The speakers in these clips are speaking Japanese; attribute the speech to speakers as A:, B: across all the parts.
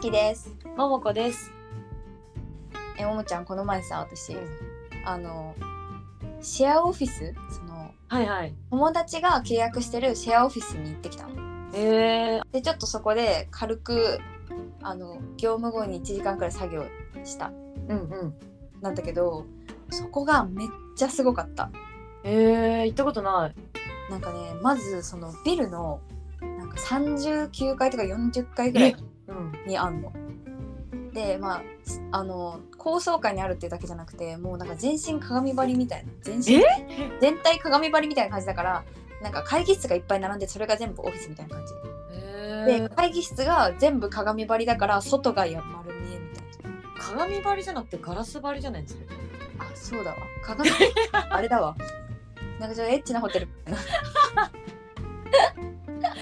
A: きです
B: ももこです。
A: えももちゃんこの前さ私、
B: うん
A: あのシェアオフィスその
B: はいはい。
A: 友達が契約してるシェアオフィスに行ってきたの
B: ええ
A: でちょっとそこで軽くあの業務後に1時間くらい作業した
B: うんうん。
A: なんだけどそこがめっちゃすごかった
B: ええ行ったことない。
A: なんかねまずそのビルのなんか39階とか40階ぐらい
B: うん。
A: にあんの。でまあすあの高層階にあるっていうだけじゃなくてもうなんか全身鏡張りみたいな全身
B: え
A: 全体鏡張りみたいな感じだからなんか会議室がいっぱい並んでそれが全部オフィスみたいな感じ、
B: え
A: で会議室が全部鏡張りだから外がや丸見えみたい
B: 鏡張りじゃなくてガラス張りじゃないんですよ。
A: なあそうだわ鏡あれだわなんかちょっとエッチなホテルみたい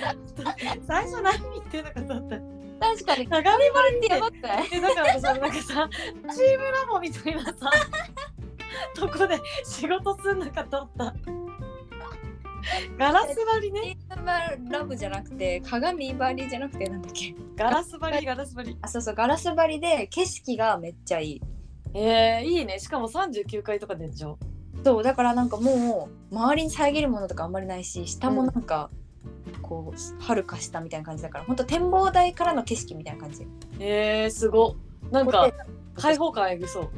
A: な
B: 最初何言ってなかったって。
A: 確かに
B: 鏡張りって
A: やばくない
B: えだからさなんかさチームラボみたいな さとこで仕事すんのかと思ったガラス張りね
A: ラブじゃなくて鏡張りじゃなくてなんだっけ
B: ガラス張りガラス張り
A: あそうそうガラス張りで景色がめっちゃいい
B: えー、いいねしかも39階とかでしょ
A: そうだからなんかもう周りに遮るものとかあんまりないし下もなんか、こうはるか下みたいな感じだから本当展望台からの景色みたいな感じ
B: えー、すごなん
A: ホ
B: か
A: テ
B: 開放感えぐそう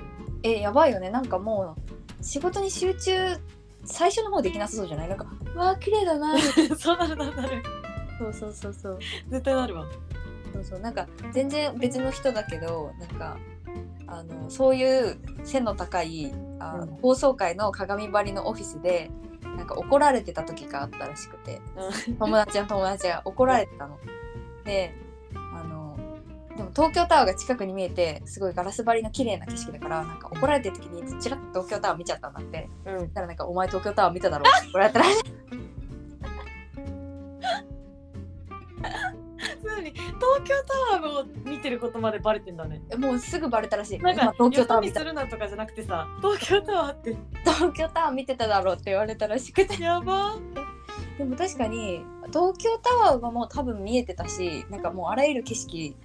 A: えやばいよねなんかもう仕事に集中最初の方できな さそうじゃないなんかわあ綺麗だな
B: そう なるなるなる
A: そうそうそうそう
B: 絶対なるわ
A: そうそうなんか全然別の人だけどなんかあのそういう背の高いあ、
B: うん
A: 放送会の鏡張りのオフィスでなんか怒られてた時があったらしくて、友達の友達が怒られてたの。であのでも東京タワーが近くに見えてすごいガラス張りの綺麗な景色だからなんか怒られてる時にちらっと東京タワー見ちゃったんだって
B: う
A: だ
B: ん
A: からなんか「お前東京タワー見ただろ」って怒られたらしい
B: 普通に東京タワーを見てることまでバレてんだね
A: もうすぐバレたらしい「
B: なん
A: 今
B: か
A: 東京
B: よ
A: タ
B: そ
A: ワー
B: 見
A: 見
B: す
A: た
B: るなとかじゃなくてさ東京タワーって
A: 東京タワー見てただろ」って言われたらしくて
B: やば
A: でも確かに東京タワーはもう多分見えてたしなんかもうあらゆる景色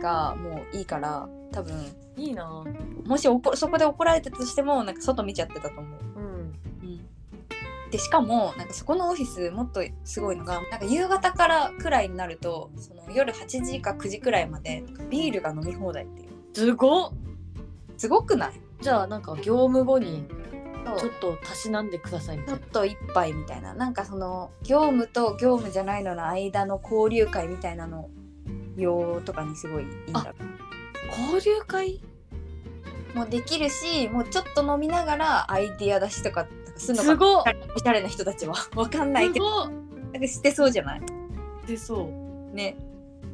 A: がもういいから多分
B: いいな
A: もしおこそこで怒られたとしてもなんか外見ちゃってたと思う。
B: うん
A: でしかもなんかそこのオフィスもっとすごいのがなんか夕方からくらいになるとその夜8時か9時くらいまでビールが飲み放題っていう
B: すごっ
A: すごくない
B: じゃあなんか業務後にち
A: ち
B: ょ
A: ょ
B: っとたしなんでくださいみ
A: ち
B: た
A: ょ
B: い
A: っと一杯みたいななんかその業務と業務じゃないのの間の交流会みたいなの用とかにすごいいいんだろ
B: な交流会
A: うもうできるしもうちょっと飲みながらアイディア出しとかするの
B: す
A: かな
B: ごっ
A: おしゃれな人たちは わかんない
B: す
A: けど
B: ごっ
A: なんかしてそうじゃない
B: でそう
A: ね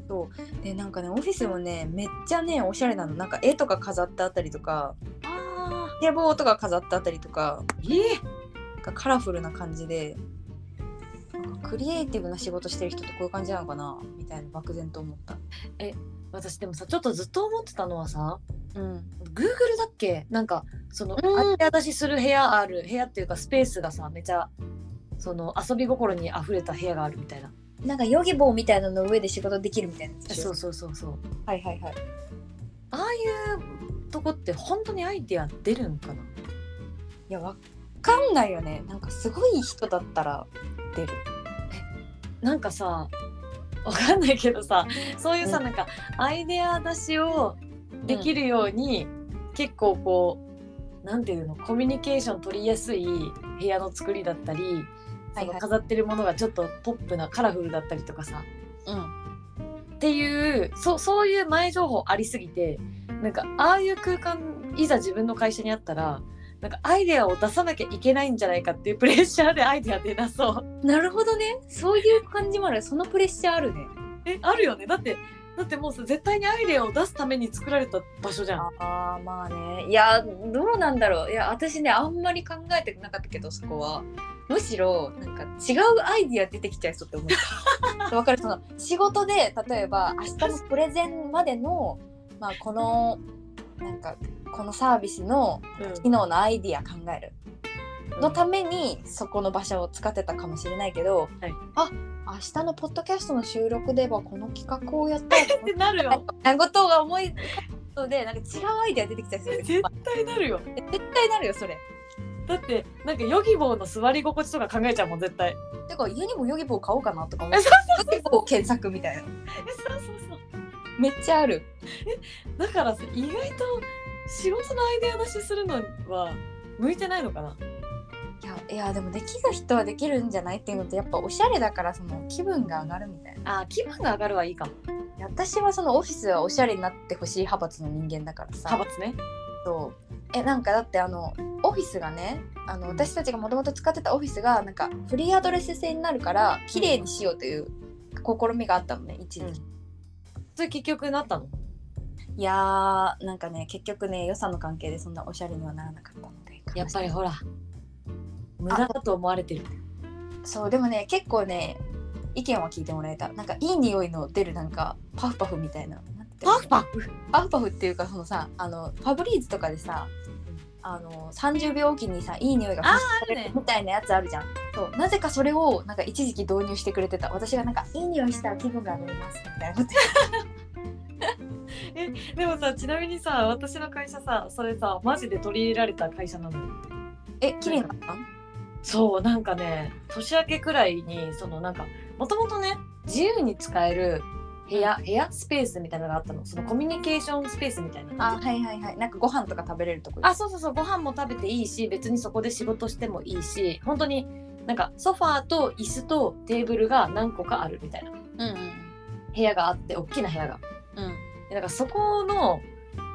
A: そうでなんかねオフィスもねめっちゃねおしゃれなのなんか絵とか飾ってあったりとか
B: あ
A: スケボーとか飾ってあったりとか
B: ーえ
A: なんかカラフルな感じでなんかクリエイティブな仕事してる人ってこういう感じなのかなみたいな漠然と思った
B: 私でもさちょっとずっと思ってたのはさ
A: うん
B: Google だっけなんかその
A: うん
B: あれ私する部屋ある部屋っていうかスペースがさめちゃその遊び心にあふれた部屋があるみたいな
A: なんかヨギボーみたいなのの上で仕事できるみたいなやつでし
B: そ
A: ょ
B: うそうそうそう
A: はいはいはい
B: ああいうとこって本当にアイディア出るんかない
A: やわかんないよねなんかすごい人だったら出る
B: なんかさ わかんないけどさそういうさ、
A: うん
B: なんかアイデア出しをできるように、結構こうなんていうのコミュニケーション取りやすい部屋の作りだったり、
A: はい
B: そ
A: はい
B: の飾ってるものがちょっとポップなカラフルだったりとかさ
A: うん
B: っていうそそういう前情報ありすぎてなんかああいう空間いざ自分の会社にあったらなんかアイデアを出さなきゃいけないんじゃないかっていうプレッシャーでアイデア出なそう。
A: なるほどねそういう感じもあるそのプレッシャーあるね
B: えあるよねだってだってもうさ絶対にアイデアを出すために作られた場所じゃん
A: ああまあねいやどうなんだろういや私ねあんまり考えてなかったけどそこはむしろなんか違うアイディア出てきちゃいそうって思った わかるその仕事で例えば明日のプレゼンまでの、まあ、このなんかこのサービスの
B: うん
A: 機能のアイディア考える、のためにそこの場所を使ってたかもしれないけど、
B: はい
A: あ明日のポッドキャストの収録ではこの企画をやったら
B: ってなるよ
A: なことが思い浮かぶのでなんか違うアイデア出てきたりする
B: 絶対なるよ
A: 絶対なるよそれ
B: だってなんかヨギボーの座り心地とか考えちゃうもん絶対
A: てか家にもヨギボー買おうかなとか思って
B: そ
A: ヨギボーを検索みたいな
B: そうそうそう
A: めっちゃある
B: だからさ意外と仕事のアイデア出しするのは向いてないのかない
A: やいやでもできる人はできるんじゃないっていうのとやっぱおしゃれだからその気分が上がるみたいな
B: あ気分が上がるはいいかも
A: いや私はそのオフィスはおしゃれになってほしい派閥の人間だからさ
B: 派閥ね
A: そうえなんかだってあのオフィスがねあの私たちがもともと使ってたオフィスがなんかフリーアドレス制になるから綺麗にしようという試みがあったのね一時期、
B: それ結局なったの
A: いやーなんかね結局ね予算の関係でそんなおしゃれにはならなかったので
B: やっぱりほら無駄だと思われてる
A: そうでもね結構ね意見は聞いてもらえたなんかいい匂いの出るなんかパフパフみたいななんていうの
B: パフパフ
A: パフパフっていうかそのさあのファブリーズとかでさあの30秒おきにさいい匂いが発生され
B: あーあるね
A: るみたいなやつあるじゃんそうなぜかそれをなんか一時期導入してくれてた私がなんかいい匂いしたら気分が上がりますみたいなこと
B: でもさちなみにさ私の会社さそれさマジで取り入れられた会社なのよ
A: え綺麗だったん
B: そうなんかね年明けくらいにそのなんかもともとね自由に使える部屋部屋スペースみたいなのがあったのそのコミュニケーションスペースみたいな
A: あはいはいはいなんかご飯とか食べれるとこ
B: あそうそうそうご飯も食べていいし別にそこで仕事してもいいし本当になんかソファーと椅子とテーブルが何個かあるみたいな
A: うんうん
B: 部屋があって大きな部屋が
A: うん
B: でなんかそこの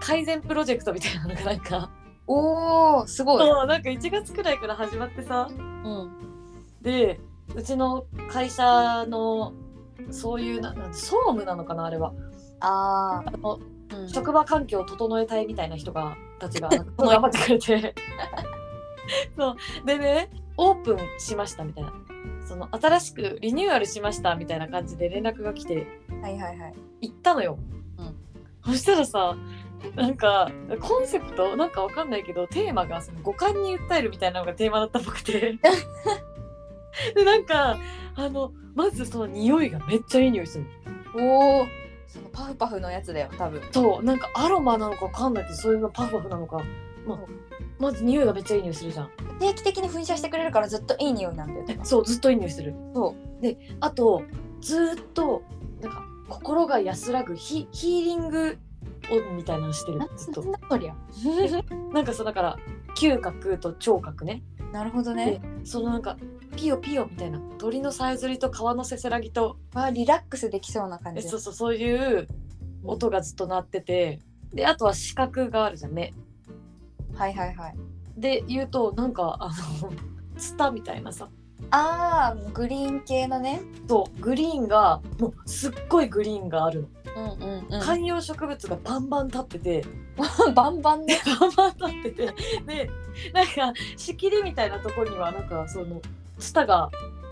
B: 改善プロジェクトみたいなのがなんか
A: おーすごい、
B: そうなんか1月くらいから始まってさ
A: うん、
B: でうちの会社のそういうななん総務なのかなあれは
A: あ
B: あの
A: ー、うん、
B: 職場環境を整えたいみたいな人がたちがなんか 頑張ってくれてそうでねオープンしましたみたいなその新しくリニューアルしましたみたいな感じで連絡が来て
A: はいはいはい
B: 行ったのよ、
A: うん
B: そしたらさなんかコンセプトなんかわかんないけどテーマがその五感に訴えるみたいなのがテーマだったっぽ くてでなんかあのまずその匂いがめっちゃいい匂いするの
A: おおそのパフパフのやつだよ多分
B: そうなんかアロマなのかわかんないけどそういうのパフパフなのか、まあ
A: そう
B: まず匂いがめっちゃいい匂いするじゃん
A: 定期的に噴射してくれるからずっといい匂いなんだよ
B: そうずっといい匂いする
A: そ
B: であとずーっとなんか心が安らぐヒヒーリング音みたいなのしてる
A: な
B: ずっと
A: んだそりゃ
B: なんかそうだから嗅覚と聴覚ね
A: なるほどね、
B: でそのなんかピヨピヨみたいな鳥のさえずりと川のせせらぎと
A: まあリラックスできそうな感
B: え
A: じ。
B: そうそうそういう音がずっと鳴っててであとは視覚があるじゃん目
A: はいはいはい。
B: で言うとなんかあの ツタみたいなさ
A: ああグリーン系のね。
B: そうグリーンがもうすっごいグリーンがあるの、
A: うんうんう
B: 観葉植物がバンバン立ってて
A: ん。バンバンね。
B: バンバン立っててでなんか仕切りみたいなところにはなんかそのツタが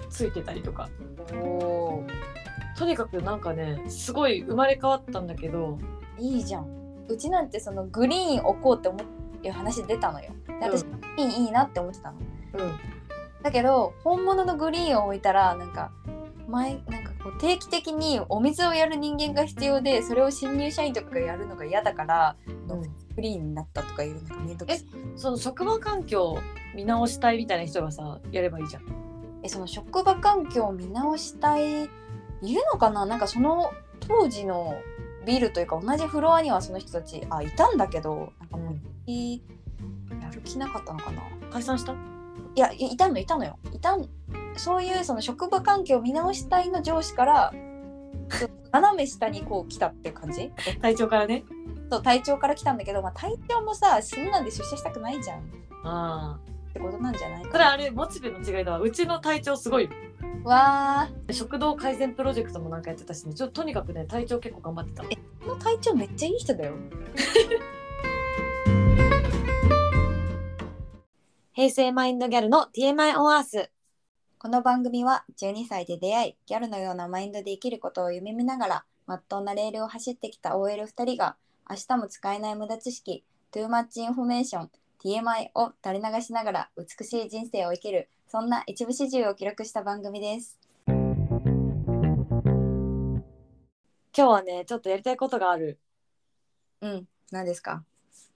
B: ついてたりとか
A: おお
B: とにかくなんかねすごい生まれ変わったんだけど
A: いいじゃん。うちなんてそのグリーン置こうって思っていう話出たのよ。で私、
B: うん
A: グリーンいいなって思ってたの。
B: うん
A: だけど本物のグリーンを置いたらなんか前なんかこう定期的にお水をやる人間が必要でそれを新入社員とかがやるのが嫌だから、グリーンになったとかいうなんかめんどくさい
B: その職場環境見直したいみたいな人がさやればいいじゃん
A: えその職場環境を見直したいいるのかななんかその当時のビルというか同じフロアにはその人たちあいたんだけどなんかもういいやる気なかったのかな
B: 解散した
A: いやいいたのいたのよいたんそういうその職場環境を見直したいの上司からちょっと斜め下にこう来たっていう感じ
B: 体調からね
A: そう隊長から来たんだけど、まあ、隊長もさ死ぬなんで出社したくないじゃんっ
B: ああ
A: てことなんじゃない
B: これあれモチベの違いだわうちの体調すごいよ
A: わー
B: 食堂改善プロジェクトもなんかやってたしねちょとにかくね体調結構頑張ってた
A: この隊長めっちゃいい人だよ
B: 平成マインドギャルの TMI オンアース
A: この番組は12歳で出会いギャルのようなマインドで生きることを夢見ながらまっとうなレールを走ってきた OL2 人が明日も使えない無駄知識 Too much information TMI を垂れ流しながら美しい人生を生きるそんな一部始終を記録した番組です
B: 今日はねちょっとやりたいことがある
A: うん何ですか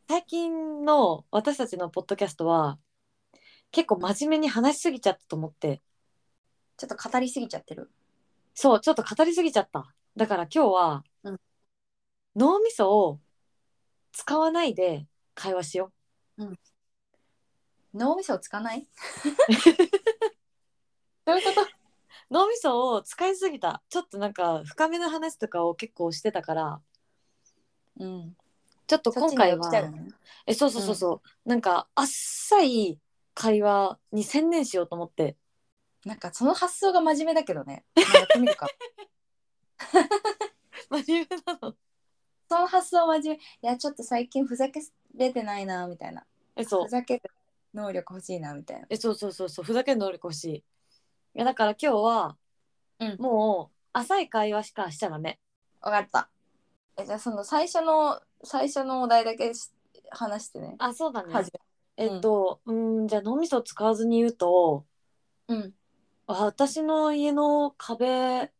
B: 最近の私たちのポッドキャストは結構真面目に話しすぎちゃったと思って
A: ちょっと語りすぎちゃってる
B: そうちょっと語りすぎちゃっただから今日は、
A: うん
B: 脳みそを使わないで会話しよ
A: 脳みそをつかないう
B: どういうこと脳みそを使いすぎたちょっとなんか深めの話とかを結構してたから
A: うん
B: ちょっと
A: そっ
B: 今
A: ちに
B: 回
A: 行
B: は
A: きたいよね
B: えそうそうそうそう、なんかあっさい会話に専念しようと思って
A: なんかその発想が真面目だけどねなんかやってみるか
B: 真面目なの
A: その発想は真面目いやちょっと最近ふざけれてないなみたいな
B: えそう
A: ふざける能力欲しいなみたいな
B: えそうそうそうそうふざけん能力欲しいいやだから今日は、
A: うん
B: もう浅い会話しかしちゃダメ
A: わかったえじゃあその最初の最初のお題だけし話してね
B: あそうだね
A: はじ
B: えっとうんんじゃあ脳みそ使わずに言うと
A: うん
B: あ私の家の壁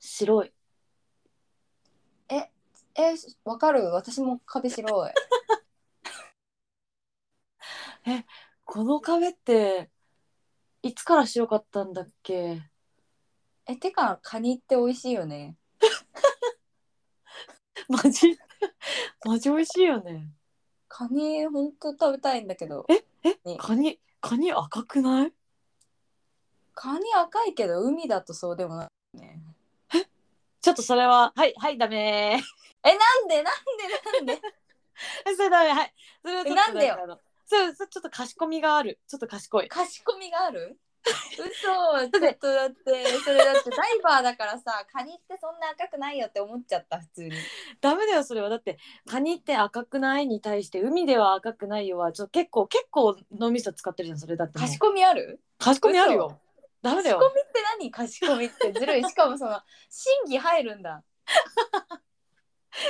B: 白い
A: えわかる私も壁白い
B: この壁っていつから白かったんだっけ
A: えてかカニって美味しいよね
B: マジ マジ美味しいよね
A: カニほんと食べたいんだけど
B: えカニカニ赤くない
A: カニ赤いけど海だとそうでもないね
B: ちょっとそれははいはいダメー
A: なんでなんでなんで
B: え それダメはいそれはちょっと
A: えなんでよ
B: かあのそうそうちょっと賢みがあるちょっと賢 い
A: かしこみがある嘘ちょっとだってそれだってダイバーだからさカニってそんな赤くないよって思っちゃった普通に
B: ダメだよそれはだってカニって赤くないに対して海では赤くないよはちょっと結構結構脳みそ使ってるじゃんそれだってもう
A: かしこみある
B: 賢みあるよダメだよ
A: かしこみって何かしこみってず るいしかもその審議入るんだ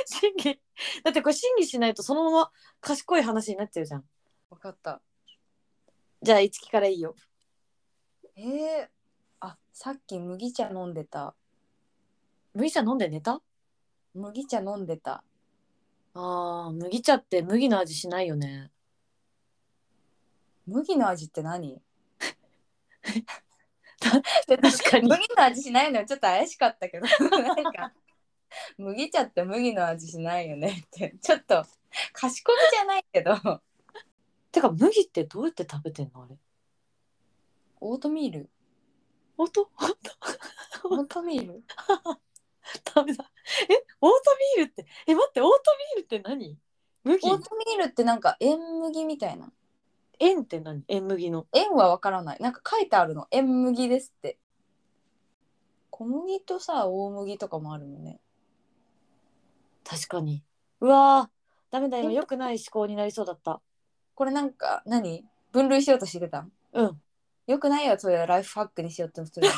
B: 審議だってこれ審議しないとそのまま賢い話になっちゃうじゃん
A: 分かった
B: じゃあいつきからいいよ
A: えー、あさっき麦茶飲んでた
B: 麦茶飲んで寝た
A: 麦茶飲んでた
B: あー麦茶って麦の味しないよね
A: 麦の味って 何
B: 確かに
A: 麦の味しないのちょっと怪しかったけど なんか麦茶って麦の味しないよねってちょっとかしこみじゃないけど
B: てか麦ってどうやって食べてんのあれ
A: オートミール
B: 音音
A: オートミール
B: ダメだえオートミールってえ待ってオートミールって何麦
A: オートミールってなんか塩麦みたいな
B: 塩って何塩麦の
A: 塩はわからないなんか書いてあるの塩麦ですって小麦とさ大麦とかもあるのね
B: 確かにうわーダメだ
A: ピンポ
B: 今
A: ン
B: 良くない思考になりそうだった
A: これなんか何分類しようとしてたん
B: うん
A: よくないよそれはライフハックにしようとしてるの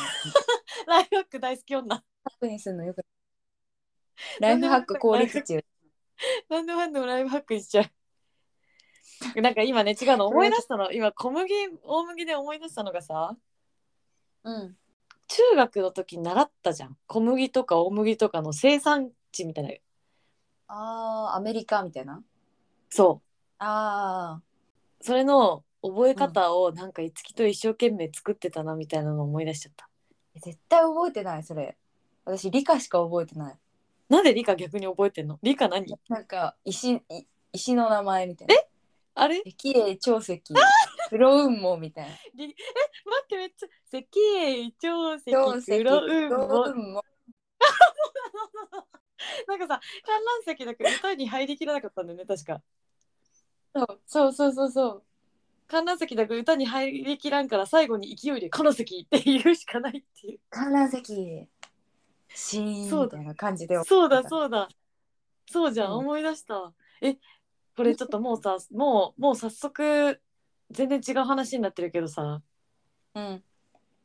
B: ライフハック大好き女
A: ハックにするのよくないライフハック効率中
B: なんでもなんでもライフハックにしちゃう なんか今ね違うの思い出したの今小麦大麦で思い出したのがさ
A: うん
B: 中学の時習ったじゃん小麦とか大麦とかの生産地みたいな
A: あーアメリカみたいな
B: そ
A: あ
B: うそれの覚え方をなんか樹と一生懸命作ってたなみたいなのを思い出しちゃった
A: ー絶対覚えてないそれ私理科しか覚えてない
B: なんで理科逆に覚えてんの理科何
A: なんか石い石の名前みたいなえ
B: あれ
A: 石英長石黒雲母みたいな
B: りえ待ってめっちゃ石英長石黒雲母
A: 雲母
B: なんかさ観覧席だけど歌に入りきらなかったんだよね確か
A: そうそうそうそう
B: 観覧席だけど歌に入りきらんから最後に勢いで「この席」って言うしかないっていう
A: 観覧席シーンみたいな感じで
B: そうだそうだそうじゃん、
A: うん
B: 思い出したえこれちょっともうさもうもう早速全然違う話になってるけどさ
A: うん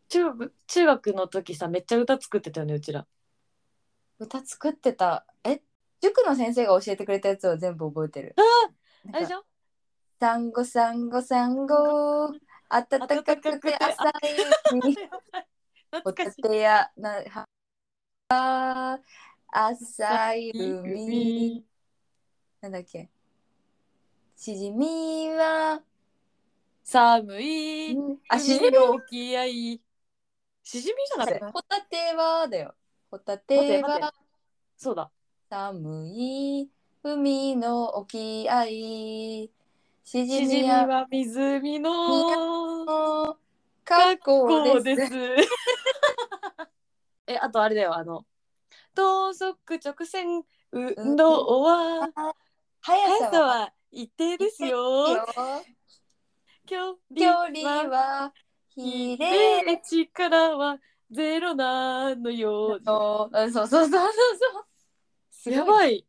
B: 中学中学の時さめっちゃ歌作ってたよねうちら
A: 歌作ってたえ塾の先生が教えてくれたやつを全部覚えてる
B: あれじ
A: ゃ
B: ゃん
A: サンゴサンゴサンゴ暖かくて浅い海ホタ
B: 懐かしい。
A: テやなはあ浅い海なんだっけしじみは
B: 寒い。
A: あしじみ
B: 海の沖合。しじみじゃなくて。
A: ホタテはだよホタ
B: 待って
A: テ
B: 待って
A: は
B: そうだ。
A: 寒い海の沖合しじ
B: しじみ
A: みは
B: は湖の。
A: 過
B: こ
A: 去
B: う
A: で
B: ですす。え、あとあれだよ、あの。等速直線運動は。
A: 速
B: 速
A: さ
B: さ
A: は
B: は一定です
A: いい
B: よ。
A: よ
B: 距
A: 距
B: 離
A: 離
B: は。
A: は比
B: 比
A: 例
B: 例力はゼロなのよ。
A: そうそうそうそうそうそう
B: やばい。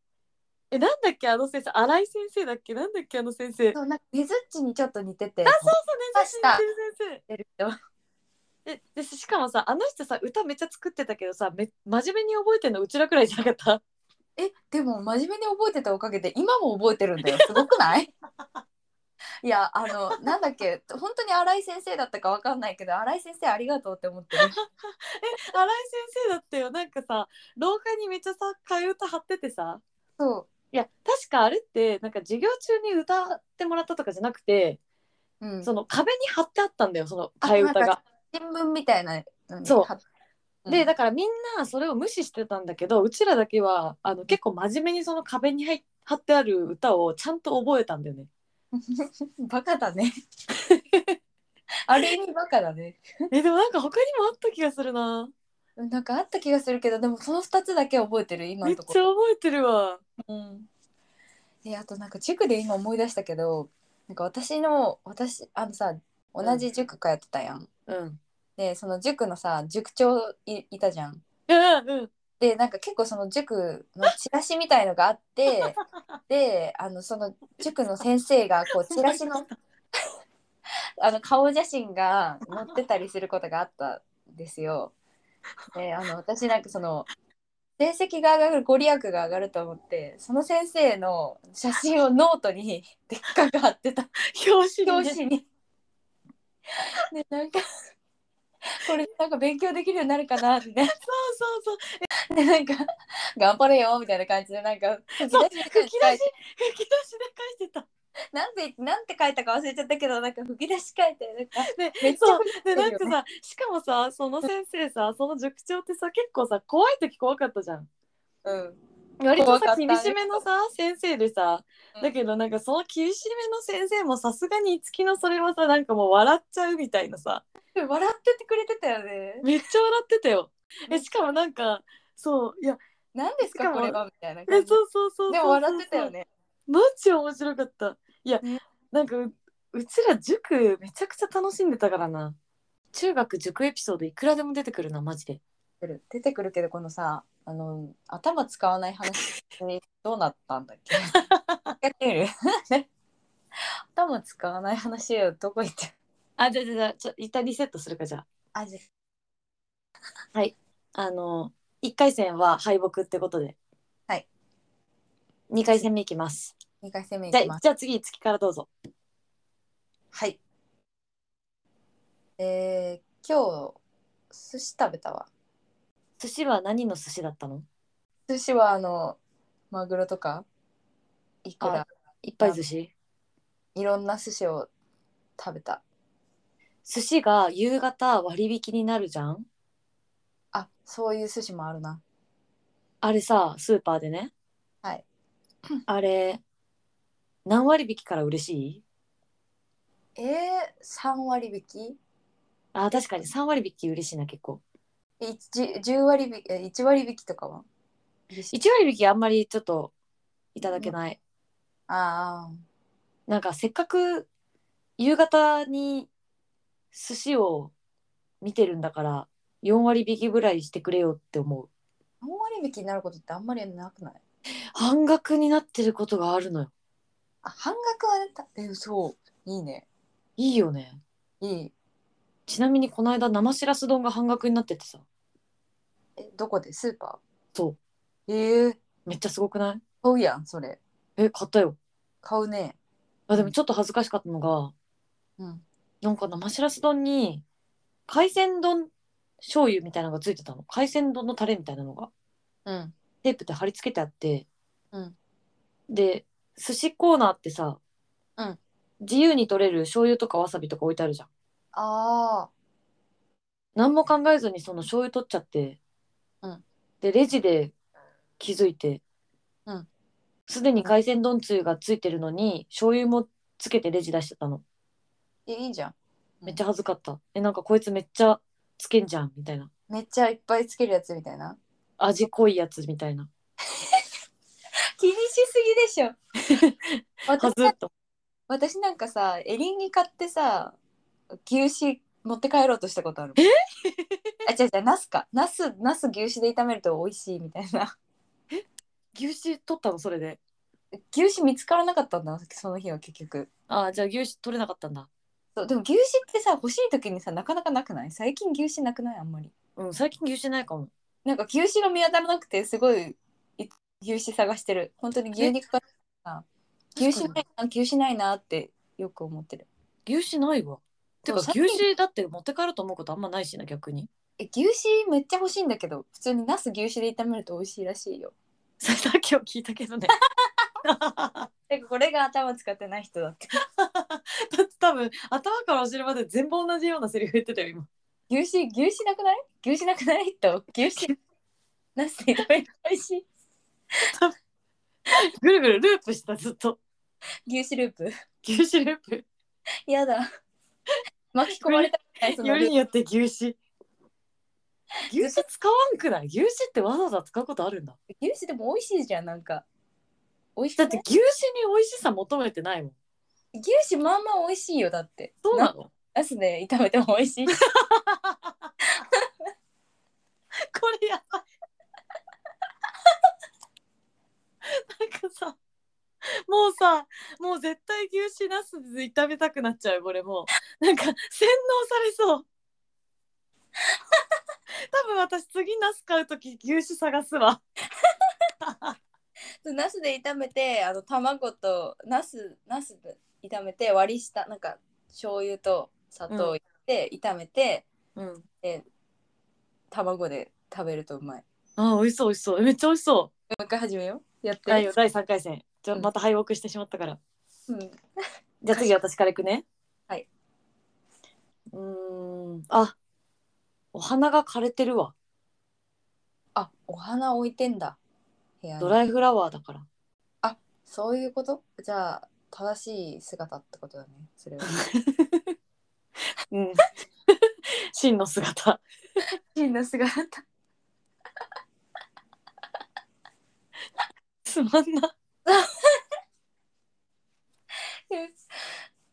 B: え、なんだっけ、あの先生、新井先生だっけ、なんだっけ、あの先生。
A: そうなんかねずっちにちょっと似てて
B: あ、そうそう、ね、
A: ました
B: 先生。
A: てる人
B: え、で、しかもさ、あの人さ、歌めっちゃ作ってたけどさ、め、真面目に覚えてんの、うちらくらいじゃなかった。
A: えでも真面目に覚えてたおかげで今も覚えてるんだよすごくない いやあのなんだっけ本当に新井先生だったかわかんないけど新井先生ありがとうって思ってる
B: 新井先生だったよ、なんかさ、廊下にめっちゃさ、替え歌貼っててさ。
A: そ
B: いや、確かあれって、なんか授業中に歌ってもらったとかじゃなくて、
A: う、うん、
B: そ
A: 新
B: の壁に貼ってあったんだよ、その替え歌
A: あなん
B: が。
A: 聞みたいなのに
B: そう
A: 貼っうん
B: でだからみんなそれを無視してたんだけどうちらだけはあの結構真面目にその壁に入っ貼ってある歌をちゃんと覚えたんだよね。
A: バカだね ある意味バカだね
B: えでもなんか他にもあった気がするな。
A: なんかあった気がするけどでもその2つだけ覚えてる今
B: めっ
A: の
B: ち
A: と
B: ゃ
A: こ
B: 覚
A: ろ。
B: えてるわ。
A: うん、であとなんか塾で今思い出したけどなんか私の私あのさ同じ塾通ってたやん。
B: うん。うん
A: でその塾のさ塾長いいたじゃん。
B: うん。
A: でなんか結構その塾のチラシみたいのがあってであのその塾の先生がこうチラシの あの顔写真が載ってたりすることがあったんですよ。であの私なんかその成績が上がるご利益が上がると思ってその先生の写真をノートに でっかく貼ってた
B: 表紙に、
A: 表
B: ね。
A: 紙に。 でなんかこれなんか勉強できるようになるかなみたい
B: そうそう
A: な
B: そう。
A: でなんか頑張れよみたいな感じでなんか吹き
B: そう
A: 出しみたい
B: 吹
A: に
B: き
A: 書
B: 出
A: い
B: して吹き出しで書いてた。
A: なんてなんて書いたか忘れちゃったけどなんか吹き出し書いてなんか
B: ね
A: めっちゃ
B: そう
A: 吹
B: で
A: るよ
B: な
A: ね
B: んかさしかもさその先生 さその塾長ってさ結構さ怖い時怖かったじゃん。
A: うん
B: 割と
A: 怖か
B: さ
A: った
B: 厳しめのさ先生でさ、
A: うん
B: だけどなんかその厳しめの先生もさすがにいつきのそれはさなんかもう笑っちゃうみたいなさ
A: 笑っててくれてたよね
B: めっちゃ笑ってたよ。えしかもなんかそういや
A: 何です
B: しか
A: か
B: も
A: これはみたいな
B: えそ
A: 感
B: う
A: じ
B: そうそうそう
A: でも笑ってたよね
B: マジ面白かったいや、
A: ね
B: なんかううちら塾めちゃくちゃ楽しんでたからな中学塾エピソードいくらでも出てくるなマジで
A: 出てくるけどこのさあの頭使わない話どうなったんだっ けやってみる 頭使わない話よどこ行った
B: あじゃあじゃあじゃあちょ一旦リセットするかじゃあ
A: あじ
B: あの1回戦は敗北ってことで
A: は
B: は
A: い
B: 2回戦目いきます
A: 2回戦目い
B: じゃ
A: きま
B: あ
A: す
B: じゃあ次月からどうぞ
A: はいえー、今日寿司食べたわ
B: 寿司は何の寿司だったの
A: 寿司はあのマグロとかいくら
B: あいっぱい寿司
A: いろんな寿司を食べた
B: 寿司が夕方割引になるじゃん
A: あそういう寿司もあるな
B: あれさスーパーでね
A: はい
B: あれ何割引きから嬉しい
A: えー、3割引き
B: あ確かに3割引き嬉しいな結構
A: えいち10割引きえ1割引きとかは
B: 1割引きあんまりちょっといただけない、
A: ああ
B: なんかせっかく夕方に寿司を見てるんだから4割引きぐらいしてくれよって思う
A: 4割引きになることってあんまりなくない
B: 半額になってることがあるのよ
A: あ半額はねたえそういいね
B: いいよね
A: いい
B: ちなみにこの間生しらす丼が半額になっててさ
A: えどこでスーパ
B: そう
A: ーええー、
B: めっちゃすごくない
A: 買うやんそれ
B: え買ったよ
A: 買うね
B: あでもちょっと恥ずかしかったのが
A: うん、
B: なんか生しらす丼に海鮮丼醤油みたいなのがついてたの海鮮丼のタレみたいなのが
A: うん、
B: テープで貼り付けてあって、
A: うん
B: で寿司コーナーってさ、
A: うん
B: 自由に取れる醤油とかわさびとか置いてあるじゃん
A: ああ、
B: 何も考えずにその醤油取っちゃって、
A: うん
B: でレジで気づいて
A: うん
B: すで、に海鮮丼つゆがついてるのに醤油もつけてレジ出してたの
A: えいいじゃん。
B: めっちゃ恥ずかった、えなんかこいつめっちゃつけんじゃんみたいな
A: めっちゃいっぱいつけるやつみたいな。
B: 味濃いやつみたいな
A: 気にしすぎでし ょ。
B: は
A: 私
B: ずっと
A: 私なんかさエリンギ買ってさ牛脂持って帰ろうとしたことあるえあ違う違うナスかナスナス牛脂で炒めると美味しいみたいな
B: 牛脂取ったのそれで
A: 牛脂見つからなかったんだその日は結局
B: あーじゃあ牛脂取れなかったんだ
A: そうでも牛脂ってさ欲しい時にさなかなかなくない最近牛脂なくないあんまり
B: うん最近牛脂ないかも
A: なんか牛脂が見当たらなくてすごいい牛脂探してる本当に牛肉かさ牛脂ないな牛脂ないなってよく思ってる
B: 牛脂ないわてか
A: そう
B: 牛
A: 最近
B: 脂だって持って帰ると思うことあんまないしな逆に
A: え牛脂めっちゃ欲しいんだけど普通にナス牛脂で炒めると美味しいらしいよ
B: それだけを聞いたけ どねだ
A: てかこれが頭使ってない人だって。
B: って多分頭からお尻まで全部同じようなセリフ言ってたよ今
A: 牛脂牛脂なくない？牛脂なくないと牛脂なすで炒める美味しい。
B: ぐるぐるループしたずっと
A: 牛脂ループ。
B: 牛脂ループ
A: やだ。巻き込まれたくないその
B: よ
A: ル
B: り
A: ープ
B: によって牛脂牛脂使わんくない牛脂ってわざわざ使うことあるんだ
A: 牛脂でも美味しいじゃんなんか。美味し
B: だ
A: く
B: って
A: て
B: 牛脂に美味しさ求めてないもん
A: 牛脂まあまあ美味しいよだって。
B: そうなの こ
A: ナスで炒めても美味しいし。
B: れやばいなんかさもうさもう絶対牛脂なすで炒めたくなっちゃうこれもうなんか洗脳されそう 多分私次なす買う時牛脂探すわ
A: ナスで炒めてあの卵とナスナスで炒めて割り下なんか醤油と砂糖入れて炒めて、
B: うん
A: 卵で食べるとうまい。
B: あ美味しそう美味しそうめっちゃ美味しそ
A: もう一回始めよう。やっ
B: う
A: て。
B: はいよ第3回戦じゃあ
A: うん
B: また敗北してしまったから、
A: うん
B: じゃあ次私から行くね。
A: はい。
B: うーん。あ、お花が枯れてるわ。
A: あ、お花置いてんだ。部屋に
B: ドライフラワーだから。
A: そういうことじゃあ、正しい姿ってことだね。そ れは。
B: うん。 真の姿。
A: 真の姿。
B: つまんな。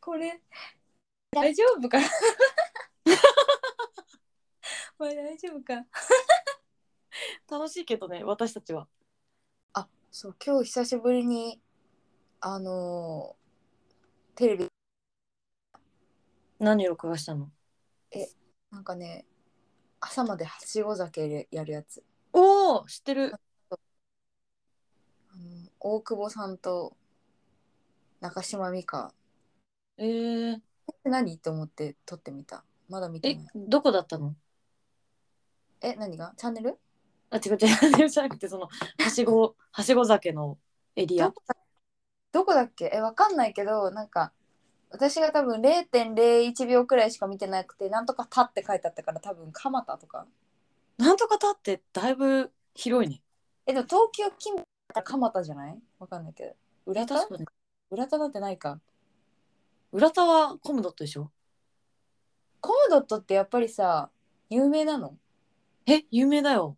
A: こ れ、大丈夫か これ大丈夫か
B: 楽しいけどね、私たちは。
A: あ、そう、今日久しぶりに、あのーテレビ、
B: 何を録画したの
A: なんかね、朝まではしご酒やるやつ。
B: おお知ってる。
A: あの大久保さんと中島美嘉。
B: えー、
A: 何と思って撮ってみた。まだ見て
B: え
A: ない。、
B: どこだったの
A: え、何がチャンネル
B: あ、違う 違う。じゃなくて、その、はしご、はしご酒のエリ
A: ど
B: ア。
A: こだどこだっけえ、わかんないけど、なんか、私が多分0.01秒くらいしか見てなくて、なんとかたって書いてあったから、多分蒲田とか。
B: なんとかたってだいぶ広いね。
A: え、でも東京近辺だったら蒲田じゃないわかんないけど。裏田
B: 確かに。
A: 裏田なんてないか。
B: 浦田はコムドットでしょ
A: コムドットってやっぱりさ、有名なの
B: え、有名だよ。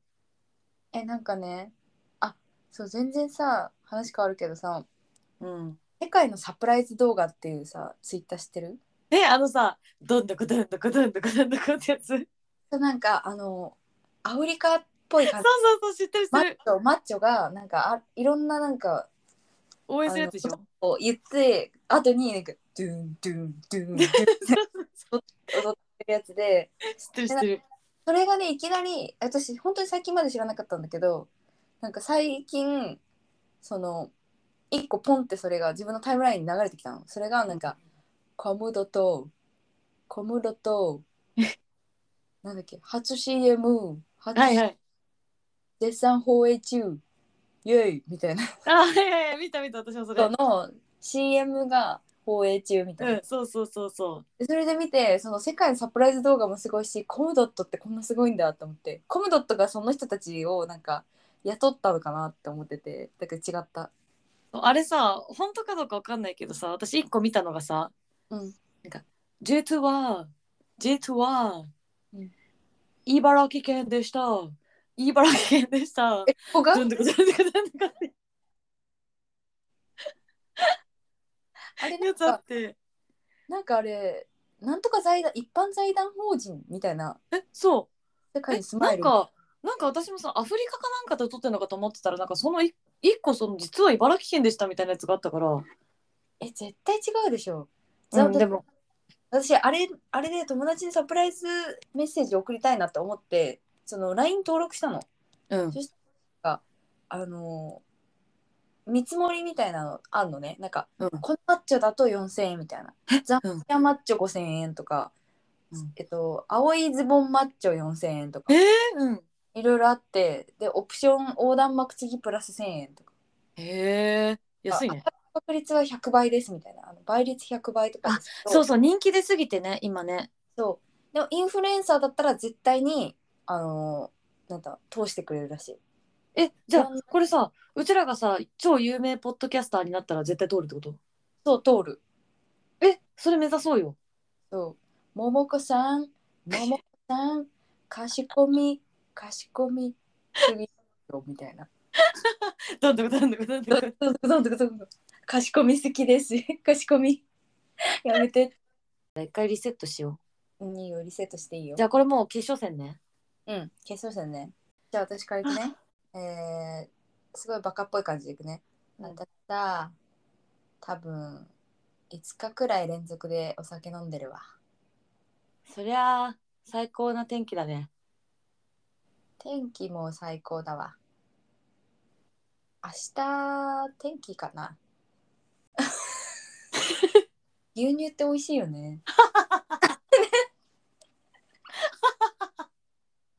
A: え、なんかね、あ、そう、全然さ、話変わるけどさ、
B: うん、
A: 世界のサプライズ動画っていうさ、ツイッター知ってる
B: えあのさどんどこどんどこどんどこどんどこってやつそう
A: そうなんか、あの、アフリカっぽい感
B: そ
A: じ。
B: うそう知ってる知っ
A: マ
B: て
A: ッチ
B: る
A: ョマッチョがなんかあいろんななんか
B: 応援するやつでしょ
A: を言って後になんかドゥンドゥンドゥンドゥンって踊ってるやつで
B: 知ってる知ってる
A: それがねいきなり私本当に最近まで知らなかったんだけどなんか最近その一個ポンってそれが自分のタイムラインに流れてきたのそれがなんか小室と小室 となんだっけ初 CM 初
B: はいはい。
A: 絶賛放映中イエイみたいな
B: あ、はいはいはい、見た見た、私もそれ。
A: 人の CM が放映中みたいな、
B: うん、そうそうそうそう。
A: でそれで見てその世界のサプライズ動画もすごいしコムドットってこんなすごいんだと思ってコムドットがその人たちをなんか雇ったのかなって思っててだけど違った
B: あれさ、本当かどうかわかんないけどさ、私一個見たのがさ、
A: うん
B: 実は、実は
A: うん、
B: 茨城県でした。茨城県でした。
A: えここが
B: どんどこどんどこどんどこって
A: あれな
B: や
A: ん
B: つあ
A: か
B: って。
A: なんかあれなんとか財団一般財団法人みたいな
B: え、そう。
A: 世界にスマ
B: な
A: イ
B: ん
A: ル
B: かなんか私もさアフリカかなんかで撮ってるのかと思ってたらなんかそのい一個その実は茨城県でしたみたいなやつがあったから、
A: え絶対違うでしょ、
B: う
A: ざ
B: ん、でも
A: 私あれあれで友達にサプライズメッセージ送りたいなって思ってその LINE 登録したの
B: うん
A: そしたらあの見積もりみたいなのあんのねなんか、
B: うん
A: このマッチョだと4000円みたいなザンビアマッチョ5000円とか、
B: うん
A: えっと青いズボンマッチョ4000円とか
B: えー、うん
A: いろいろあってでオプション横断幕付きプラス1000円とか
B: へえ安いね
A: 確率は100倍ですみたいなあの倍率100倍とかですけど
B: そうそう人気出すぎてね今ね
A: そうでもインフルエンサーだったら絶対にあのなんだ通してくれるらしい
B: えじゃあ
A: うん
B: これさうちらがさ超有名ポッドキャスターになったら絶対通るってこと
A: そう通る
B: えそれ目指そうよ
A: そうももこさ んももこさんかしこみかしこみ次よみたいな
B: どんどこどんどこどんどこ
A: どんどんどんどんどんかしこみ好きです かしこみやめて
B: 一回リセットしよ
A: うんいいよリセットしていいうよ
B: じゃあこれもう決勝戦ね
A: うん決勝戦ねじゃあ私からいくねえー、すごいバカっぽい感じでいくね
B: うん
A: 私さ多分5日くらい連続でお酒飲んでるわ
B: そりゃあ最高な天気だね
A: 天気も最高だわ明日天気かな 牛乳って美味しいよね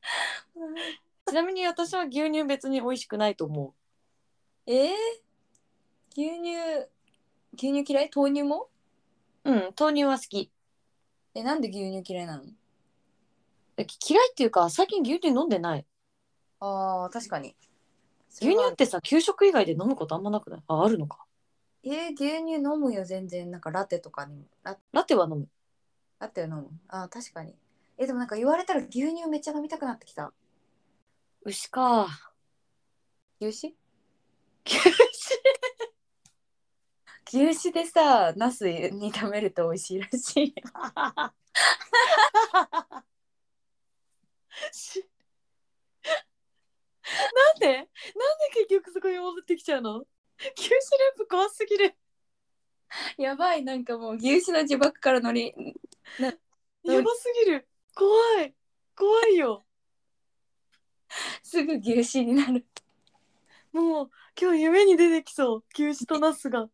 B: ちなみに私は牛乳別に美味しくないと思う
A: えー、牛乳牛乳嫌い豆乳も
B: うん、豆乳は好き。
A: えなんで牛乳嫌いなの
B: えき嫌いっていうか、最近牛乳飲んでない。
A: あー確かに
B: 牛乳ってさ、給食以外で飲むことあんまなくないあ、あるのか。
A: えー、牛乳飲むよ全然なんかラテとかにもラ
B: ラテは飲む。
A: ラテ飲むあー確かにえでもなんか言われたら牛乳めっちゃ飲みたくなってきた
B: 牛か。
A: 牛
B: 牛
A: 牛脂でさナスに炒めると美味しいらしい
B: しなんでなんで結局そこに戻ってきちゃうの牛脂ループ怖すぎる。
A: やばいなんかもう牛脂の呪縛から乗りうん
B: やばすぎる。怖い。怖いよ。
A: すぐ牛脂になる
B: もう今日夢に出てきそう牛脂とナス が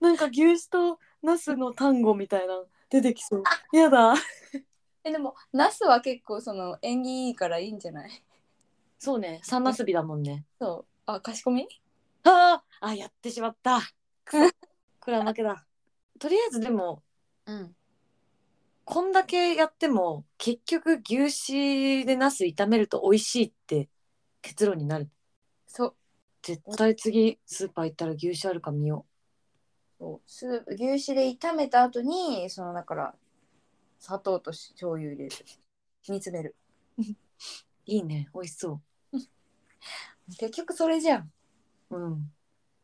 B: なんか牛脂とナスの単語みたいなの出てきそうやだ
A: えでもナスは結構その縁起いいからいいんじゃない
B: そうね三ナスビだもんね
A: そうあかしこみ
B: あーあやってしまったくそこれは負けだとりあえずでも
A: うん
B: こんだけやっても結局牛脂でナス炒めると美味しいって結論になる
A: そう
B: 絶対次スーパー行ったら牛脂あるか見よ
A: そうスープ牛脂で炒めた後にそのだから砂糖と醤油入れる煮詰める
B: ういいね美味しそ
A: 結局それじゃん
B: ううん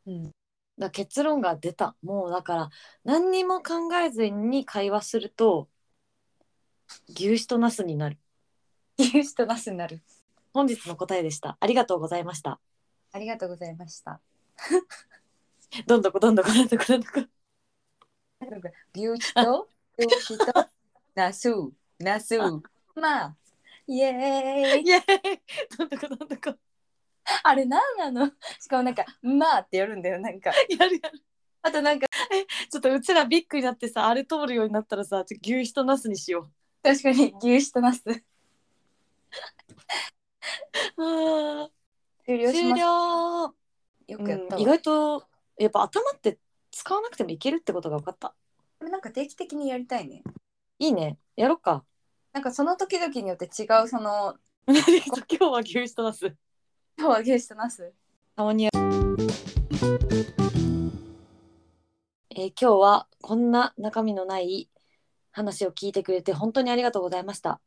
A: うん
B: だから結論が出たもうだから何にも考えずに会話すると牛脂とナスになる
A: 牛脂とナスになる
B: 本日の答えでしたありがとうございました
A: ありがとうございました
B: どんどこどんどこどんどこどんどこ
A: 牛脂と牛脂とナスナスまあイエーイ
B: イエーイどんどこどんどこ
A: あれ何なのしかもなんか「まあ」ってやるんだよなんか
B: やるやる
A: あとなんか
B: ちょっとうちらビッグになってさあれ通るようになったらさちょっと牛とナスにしよ
A: 確かに牛しとなす
B: うあ
A: 終了し
B: 終
A: ます
B: 了
A: よくやった
B: う
A: わ、
B: ん、意外とやっぱ頭って使わなくてもいけるってことが分かった
A: これなんか定期的にやりたいね
B: いいねやろっか
A: なんかその時々によって違うその
B: 今日は牛しとナス
A: 「今日は牛しとなす
B: たまにやえー今日はこんな中身のない話を聞いてくれて本当にありがとうございました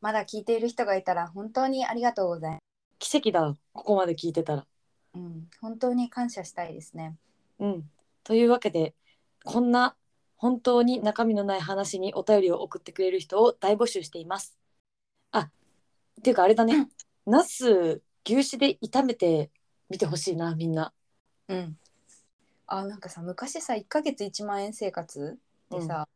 A: まだ聞いている人がいたら本当にありがとうございます、
B: 奇跡だここまで聞いてたら
A: うん、本当に感謝したいですね
B: うんというわけでこんな本当に中身のない話にお便りを送ってくれる人を大募集していますあっていうかあれだねナス牛脂で炒めてみてほしいなみんな
A: うんあなんかさ昔さ1ヶ月1万円生活でさ、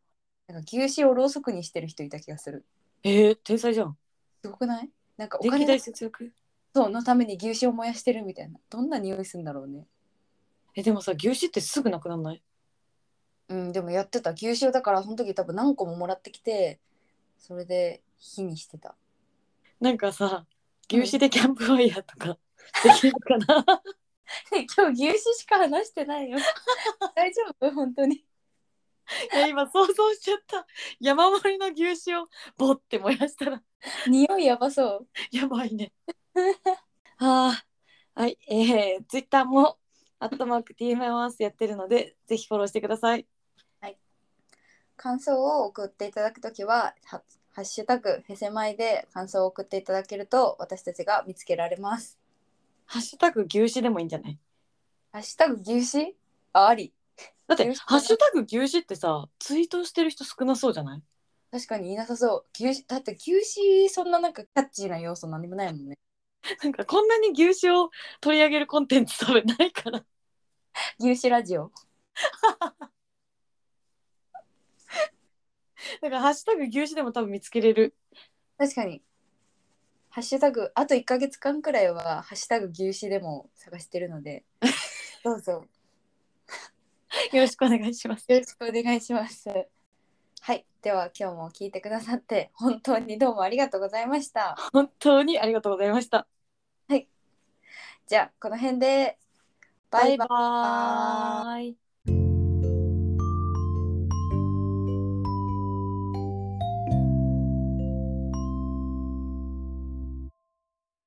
A: なんか牛脂をろうそくにしてる人いた気がする
B: えー、天才じゃん
A: すごくないなんかお
B: 電気
A: 金
B: 代
A: の
B: 節約
A: そうのために牛脂を燃やしてるみたいなどんな匂いするんだろうね
B: えでもさ牛脂ってすぐなくなんない
A: うんでもやってた牛脂をだからその時多分何個ももらってきてそれで火にしてた
B: なんかさ牛脂でキャンプファイヤーとかできるかな
A: ね 今日牛脂しか話して ないよ大丈夫本当に
B: いや今想像しちゃった山盛りの牛脂をボッて燃やしたら
A: 匂 いやばそう
B: やばいね。は あ、はい、えー、ツイッターも、アットマーク TMI スやってるので、ぜひフォローしてください。
A: 感想を送っていただくときはは「ハッシュタグへせまい」で感想を送っていただけると私たちが見つけられます
B: ハッシュタグ牛脂でもいいんじゃない
A: ハッシュタグ牛脂ああり
B: だって
A: 牛脂、
B: ハッシュタグ牛脂ってさ、ツイートしてる人少なそうじゃない
A: 確かにいなさそう牛脂だって牛脂そんななんかキャッチーな要素何もないもんね
B: なんかこんなに牛脂を取り上げるコンテンツ多分ないから。
A: 牛脂ラジオ
B: だからハッシュタグ牛脂でも多分見つけれる。
A: 確かにハッシュタグあと1ヶ月間くらいは「ハッシュタグ牛脂」でも探してるのでどうぞ
B: よろしくお願いします。
A: よろしくお願いします。はい、では今日も聞いてくださって本当にどうもありがとうございました。
B: 本当にありがとうございました。
A: じゃあこの辺でバイバイ。
B: バイバーイ